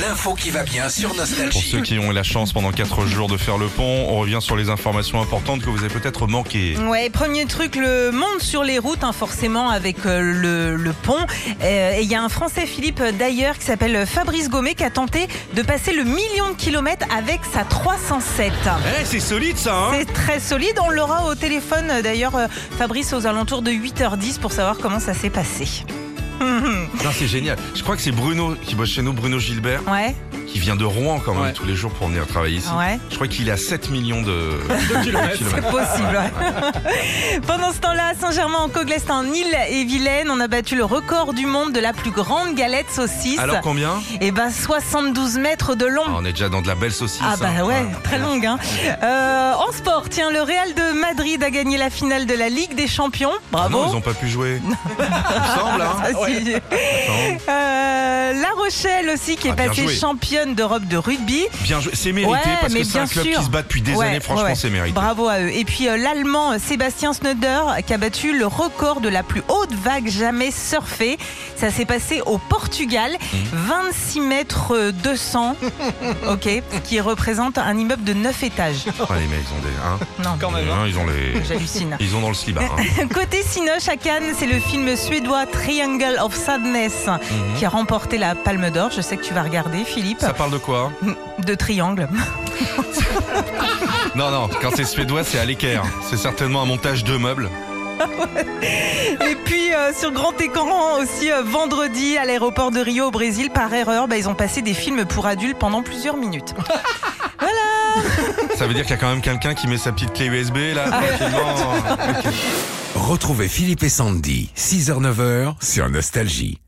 L'info qui va bien sur Pour Nostalgie. ceux qui ont eu la chance pendant 4 jours de faire le pont, on revient sur les informations importantes que vous avez peut-être manquées. Ouais, premier truc, le monde sur les routes, hein, forcément, avec euh, le, le pont. Euh, et il y a un Français, Philippe euh, d'ailleurs, qui s'appelle Fabrice Gommet, qui a tenté de passer le million de kilomètres avec sa 307. Eh, c'est solide ça hein C'est très solide. On l'aura au téléphone, euh, d'ailleurs, euh, Fabrice, aux alentours de 8h10 pour savoir comment ça s'est passé. C'est génial. Je crois que c'est Bruno qui bosse chez nous, Bruno Gilbert, ouais, qui vient de Rouen quand même Ouais. tous les jours pour venir travailler ici. ouais. Je crois qu'il a 7 millions de, de C'est kilomètres. possible. ouais. Pendant ce temps-là, à Saint-Germain-en-Coglest, en Île-et-Vilaine, on a battu le record du monde de la plus grande galette saucisse. Alors combien Eh ben 72 mètres de long. Ah, On est déjà dans de la belle saucisse. Ah bah hein. ouais, très longue. Hein. Euh, en sport, tiens, le Real de Madrid a gagné la finale de la Ligue des Champions. Ah Bravo. non, ils ont pas pu jouer. Il me semble, hein. Ah, si. Attends. Euh, la Rochelle aussi qui est Ah, bien passée joué. championne d'Europe de rugby. Bien joué. C'est mérité Ouais, parce que mais c'est un bien club sûr. qui se bat depuis des Ouais, années. Franchement, ouais. c'est mérité. Bravo à eux. Et puis euh, l'Allemand euh, Sébastien Snöder qui a battu le record de la plus haute vague jamais surfée. Ça s'est passé au Portugal, Mmh. 26 mètres euh, 200, ok, qui représente un immeuble de 9 étages. Ah, les mecs, ils ont des. hein. Non, Quand même, hein. Hein, ils ont les. j'hallucine. Ils ont dans le slibard. hein. Côté Cinoche à Cannes, c'est le film suédois Triangle of Sadness Mhm. qui a remporté la Palme d'Or. Je sais que tu vas regarder, Philippe, Ça parle de quoi de triangle. Non, non, quand c'est suédois, c'est à l'équerre. C'est certainement un montage de meubles. Et puis euh, sur grand écran aussi euh, vendredi à l'aéroport de Rio au Brésil par erreur, bah, ils ont passé des films pour adultes pendant plusieurs minutes. Ça veut dire qu'il y a quand même quelqu'un qui met sa petite clé USB là, tranquillement. Retrouvez Philippe et Sandy, 6h-9h sur Nostalgie.